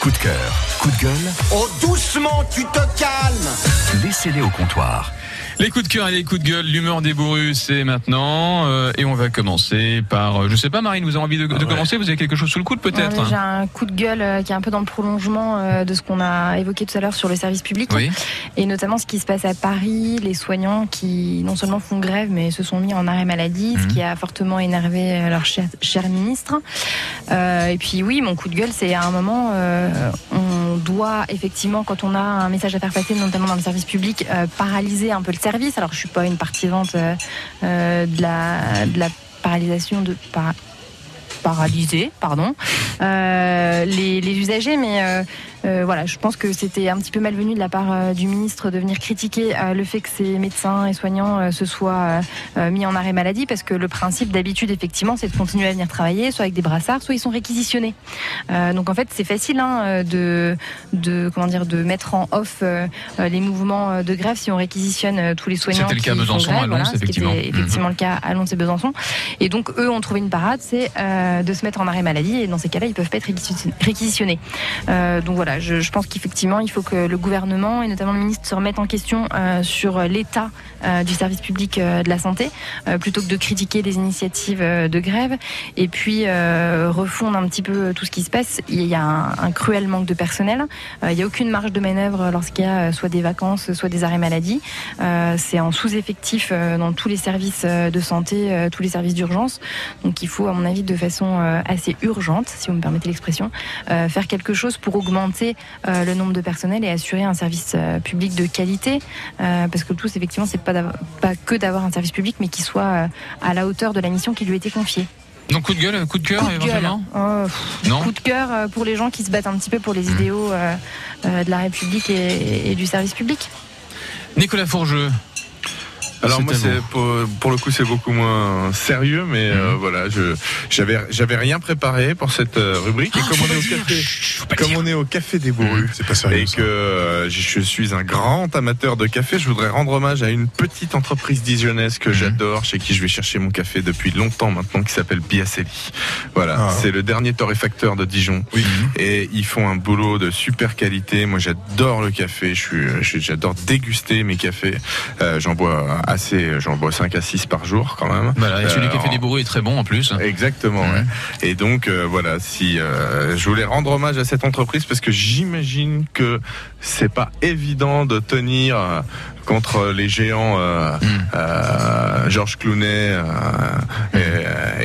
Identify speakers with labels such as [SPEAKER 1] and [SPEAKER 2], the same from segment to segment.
[SPEAKER 1] Coup de cœur, coup de gueule,
[SPEAKER 2] Oh doucement, tu te calmes
[SPEAKER 1] laissez-les au comptoir.
[SPEAKER 3] Les coups de cœur et les coups de gueule, l'humeur des bourrus, c'est maintenant. euh, et on va commencer par, euh, je sais pas, Marine, vous avez envie de,
[SPEAKER 4] Ah
[SPEAKER 3] de commencer Vous avez quelque chose sous le coude peut-être
[SPEAKER 5] Ouais, J'ai un coup de gueule euh, qui est un peu dans le prolongement euh, de ce qu'on a évoqué tout à l'heure sur le service public
[SPEAKER 3] Oui.
[SPEAKER 5] et notamment ce qui se passe à Paris, les soignants qui non seulement font grève mais se sont mis en arrêt maladie,
[SPEAKER 3] Mhm.
[SPEAKER 5] ce qui a fortement énervé euh, leur cher, cher ministre. Euh, et puis oui, mon coup de gueule, c'est à un moment, euh, on doit effectivement, quand on a un message à faire passer, notamment dans le service public, euh, paralyser un peu le service. Alors je suis pas une partisante euh, euh, de, la, de la paralysation de... para- paralyser, pardon, euh, les, les usagers, mais euh, euh, voilà, je pense que c'était un petit peu malvenu de la part euh, du ministre de venir critiquer euh, le fait que ces médecins et soignants euh, se soient euh, euh, mis en arrêt maladie, parce que le principe d'habitude, effectivement, c'est de continuer à venir travailler, soit avec des brassards, soit ils sont réquisitionnés. Euh, donc en fait, c'est facile hein, euh, de, de, comment dire, de mettre en off euh, euh, les mouvements euh, de grève si on réquisitionne euh, tous les soignants.
[SPEAKER 3] C'était le cas
[SPEAKER 5] qui
[SPEAKER 3] à Besançon,
[SPEAKER 5] font grève,
[SPEAKER 3] à Lons,
[SPEAKER 5] voilà, ce qui
[SPEAKER 3] effectivement. Mhm.
[SPEAKER 5] était effectivement le cas à Lons et Besançon. Et donc, eux ont trouvé une parade, c'est euh, de se mettre en arrêt maladie. Et dans ces cas-là, ils peuvent pas être réquisition- réquisitionnés. Euh, donc voilà, je, je pense qu'effectivement, il faut que le gouvernement et notamment le ministre se remettent en question euh, sur l'état euh, du service public euh, de la santé, euh, plutôt que de critiquer des initiatives euh, de grève. Et puis euh, refondre un petit peu tout ce qui se passe. Il y a un, un cruel manque de personnel. Euh, il n'y a aucune marge de manœuvre lorsqu'il y a euh, soit des vacances, soit des arrêts maladie. Euh, c'est en sous-effectif euh, dans tous les services euh, de santé, euh, tous les services d'urgence. Donc il faut, à mon avis, de façon euh, assez urgente, si vous me permettez l'expression, euh, faire quelque chose pour augmenter euh, le nombre de personnels et assurer un service euh, public de qualité. Euh, parce que le tout, c'est effectivement, c'est pas, d'avoir- pas que d'avoir un service public, mais qui soit euh, à la hauteur de la mission qui lui a été confiée.
[SPEAKER 3] Donc coup de gueule, coup de cœur
[SPEAKER 5] Coup de gueule.
[SPEAKER 3] éventuellement
[SPEAKER 5] Oh, pff,
[SPEAKER 3] Non
[SPEAKER 5] coup de cœur euh, pour les gens qui se battent un petit peu pour les
[SPEAKER 3] Mhm.
[SPEAKER 5] idéaux euh, euh, de la République et- et du service public.
[SPEAKER 3] Nicolas Fourgeux.
[SPEAKER 4] Alors moi,
[SPEAKER 3] C'était
[SPEAKER 4] c'est pour, pour le coup, c'est beaucoup moins sérieux, mais euh,
[SPEAKER 3] Mhm.
[SPEAKER 4] voilà, je j'avais j'avais rien préparé pour cette euh, rubrique. Et comme on est au café, comme on est au café des bourrus.
[SPEAKER 6] C'est pas sérieux.
[SPEAKER 4] Et que euh, je je suis un grand amateur de café, je voudrais rendre hommage à une petite entreprise dijonnaise que
[SPEAKER 3] Mhm.
[SPEAKER 4] j'adore, chez qui je vais chercher mon café depuis longtemps maintenant, qui s'appelle Biacelli. Voilà,
[SPEAKER 6] Ah.
[SPEAKER 4] c'est le dernier torréfacteur de Dijon.
[SPEAKER 6] Oui.
[SPEAKER 4] Et ils font un boulot de super qualité. Moi, j'adore le café. Je suis, je- j'adore déguster mes cafés. Euh, j'en bois assez, j'en bois 5 à 6 par jour quand même.
[SPEAKER 3] Voilà, et celui
[SPEAKER 4] Euh,
[SPEAKER 3] qui a fait
[SPEAKER 4] en-
[SPEAKER 3] des bourrus est très bon en plus.
[SPEAKER 4] Exactement.
[SPEAKER 3] Mhm.
[SPEAKER 4] ouais. Et donc euh, voilà, si euh, je voulais rendre hommage à cette entreprise parce que j'imagine que c'est pas évident de tenir euh, contre les géants euh,
[SPEAKER 3] Mhm.
[SPEAKER 4] euh, Georges Clooney euh, et,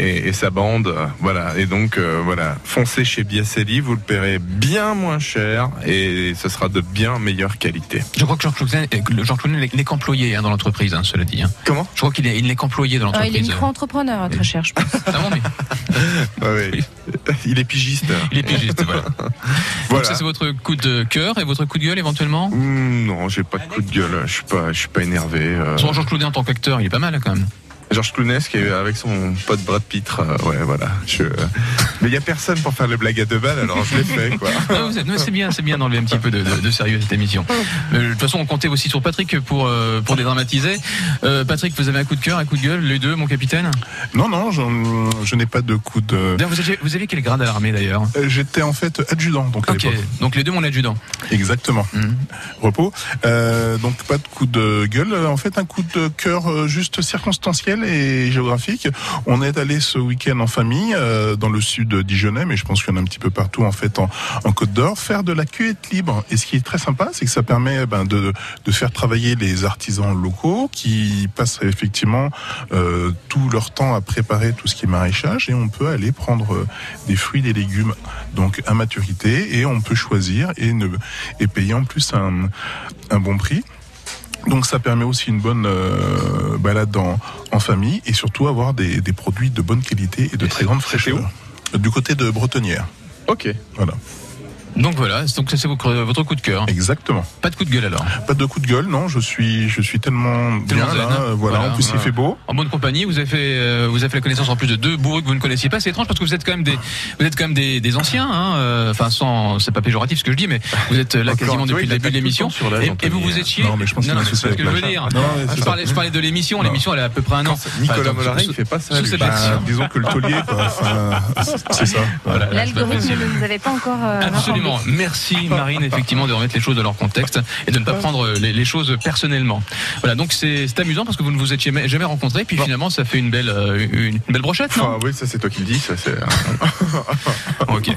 [SPEAKER 4] et- et sa bande. euh, Voilà. Et donc euh, voilà, foncez chez Biaselli, vous le paierez bien moins cher et ce sera de bien meilleure qualité.
[SPEAKER 3] Je crois que Georges Clooney, euh, Georges Clooney n'est qu'employé hein, dans l'entreprise, hein, cela dit. hein.
[SPEAKER 4] Comment
[SPEAKER 3] Je crois qu'il est- il n'est qu'employé dans
[SPEAKER 5] Ah, il est
[SPEAKER 3] l'entreprise.
[SPEAKER 5] micro-entrepreneur, votre cher, je pense.
[SPEAKER 3] Ah bon, mais
[SPEAKER 4] oui. Il est pigiste.
[SPEAKER 3] il est pigiste, voilà. Donc
[SPEAKER 4] Voilà.
[SPEAKER 3] ça c'est votre coup de cœur et votre coup de gueule éventuellement
[SPEAKER 4] Mmh, Non, j'ai pas de coup de gueule. Je suis pas, je suis pas énervé. euh.
[SPEAKER 3] Son Georges Clooney en tant qu'acteur, il est pas mal quand même.
[SPEAKER 4] Georges Clooney qui est avec son pote Brad Pitt. euh, ouais, voilà. Je... Mais il y a personne pour faire les blagues à deux balles, alors je l'ai fait, quoi.
[SPEAKER 3] Ah, vous êtes- non, c'est bien, c'est bien d'enlever un petit peu de, de- de sérieux à cette émission. Euh, de toute façon, on comptait aussi sur Patrick pour euh, pour dédramatiser. Euh, Patrick, vous avez un coup de cœur, un coup de gueule, les deux, mon capitaine.
[SPEAKER 6] Non, non, j'en- je n'ai pas de coup de.
[SPEAKER 3] D'ailleurs, Eh vous aviez, vous aviez quel grade à l'armée d'ailleurs
[SPEAKER 6] Euh, J'étais en fait adjudant, donc à
[SPEAKER 3] Ok,
[SPEAKER 6] l'époque.
[SPEAKER 3] donc les deux mon adjudant.
[SPEAKER 6] Exactement.
[SPEAKER 3] Mhm.
[SPEAKER 6] Repos. Euh, donc pas de coup de gueule. En fait, un coup de cœur euh, juste circonstanciel et géographique. On est allé ce week-end en famille euh, dans le sud dijonnais, mais je pense qu'il y en a un petit peu partout en fait en, en Côte d'Or, faire de la cueillette libre. Et ce qui est très sympa, c'est que ça permet ben, de, de faire travailler les artisans locaux qui passent effectivement euh, tout leur temps à préparer tout ce qui est maraîchage et on peut aller prendre euh, des fruits, des légumes donc à maturité et on peut choisir et, ne, et payer en plus un, un bon prix. Donc ça permet aussi une bonne euh, balade en, en famille et surtout avoir des, des produits de bonne qualité et de très grande fraîcheur. Du côté de Bretonnière.
[SPEAKER 4] Ok.
[SPEAKER 6] Voilà,
[SPEAKER 3] Donc voilà, donc ça c'est votre, votre coup de cœur.
[SPEAKER 6] exactement.
[SPEAKER 3] Pas de coup de gueule alors.
[SPEAKER 6] Pas de coup de gueule, non, je suis, je suis tellement,
[SPEAKER 3] Tellement
[SPEAKER 6] bien
[SPEAKER 3] zen,
[SPEAKER 6] là.
[SPEAKER 3] hein.
[SPEAKER 6] euh, Voilà,
[SPEAKER 3] Voilà,
[SPEAKER 6] en plus
[SPEAKER 3] voilà.
[SPEAKER 6] il fait beau.
[SPEAKER 3] En bonne compagnie, vous avez fait, euh, vous avez fait la connaissance en plus de deux bourreux que vous ne connaissiez pas. C'est étrange parce que vous êtes quand même des, vous êtes quand même des, des anciens. hein, euh, Enfin, sans, c'est pas péjoratif ce que je dis, mais vous êtes euh, là
[SPEAKER 4] Encore,
[SPEAKER 3] quasiment
[SPEAKER 4] tu vois,
[SPEAKER 3] depuis le
[SPEAKER 4] il
[SPEAKER 3] début
[SPEAKER 4] attaque
[SPEAKER 3] de l'émission.
[SPEAKER 4] tout le temps sur l'âge,
[SPEAKER 3] Et, et vous
[SPEAKER 4] Anthony.
[SPEAKER 3] vous étiez.
[SPEAKER 6] Non, mais je pense qu'il a un
[SPEAKER 3] c'est
[SPEAKER 6] souci
[SPEAKER 3] pas ce que je
[SPEAKER 6] avec
[SPEAKER 3] veux
[SPEAKER 6] l'âge.
[SPEAKER 3] dire.
[SPEAKER 6] Non, ouais,
[SPEAKER 3] je
[SPEAKER 6] c'est
[SPEAKER 3] parlais,
[SPEAKER 6] ça.
[SPEAKER 3] je parlais de l'émission. L'émission, elle a à peu près un an.
[SPEAKER 4] Nicolas
[SPEAKER 3] Enfin,
[SPEAKER 4] Mollari,
[SPEAKER 3] sous-
[SPEAKER 4] il fait pas ça.
[SPEAKER 3] sous
[SPEAKER 4] lui.
[SPEAKER 3] cette
[SPEAKER 4] Bah,
[SPEAKER 3] action.
[SPEAKER 6] disons que le taulier, quoi. Enfin, c'est ça.
[SPEAKER 3] Voilà, c'est pas
[SPEAKER 5] L'algorithme
[SPEAKER 3] possible.
[SPEAKER 5] ne nous avait pas encore. euh,
[SPEAKER 3] Absolument Exactement. Merci Marine, effectivement, de remettre les choses dans leur contexte et de ne pas prendre euh, les, les choses personnellement. Voilà, donc c'est c'est amusant parce que vous ne vous étiez jamais- jamais rencontrés, puis finalement ça fait une belle, euh, une, une belle brochette, non
[SPEAKER 4] Ah oui, ça c'est toi qui le dis, ça c'est.
[SPEAKER 3] Ok.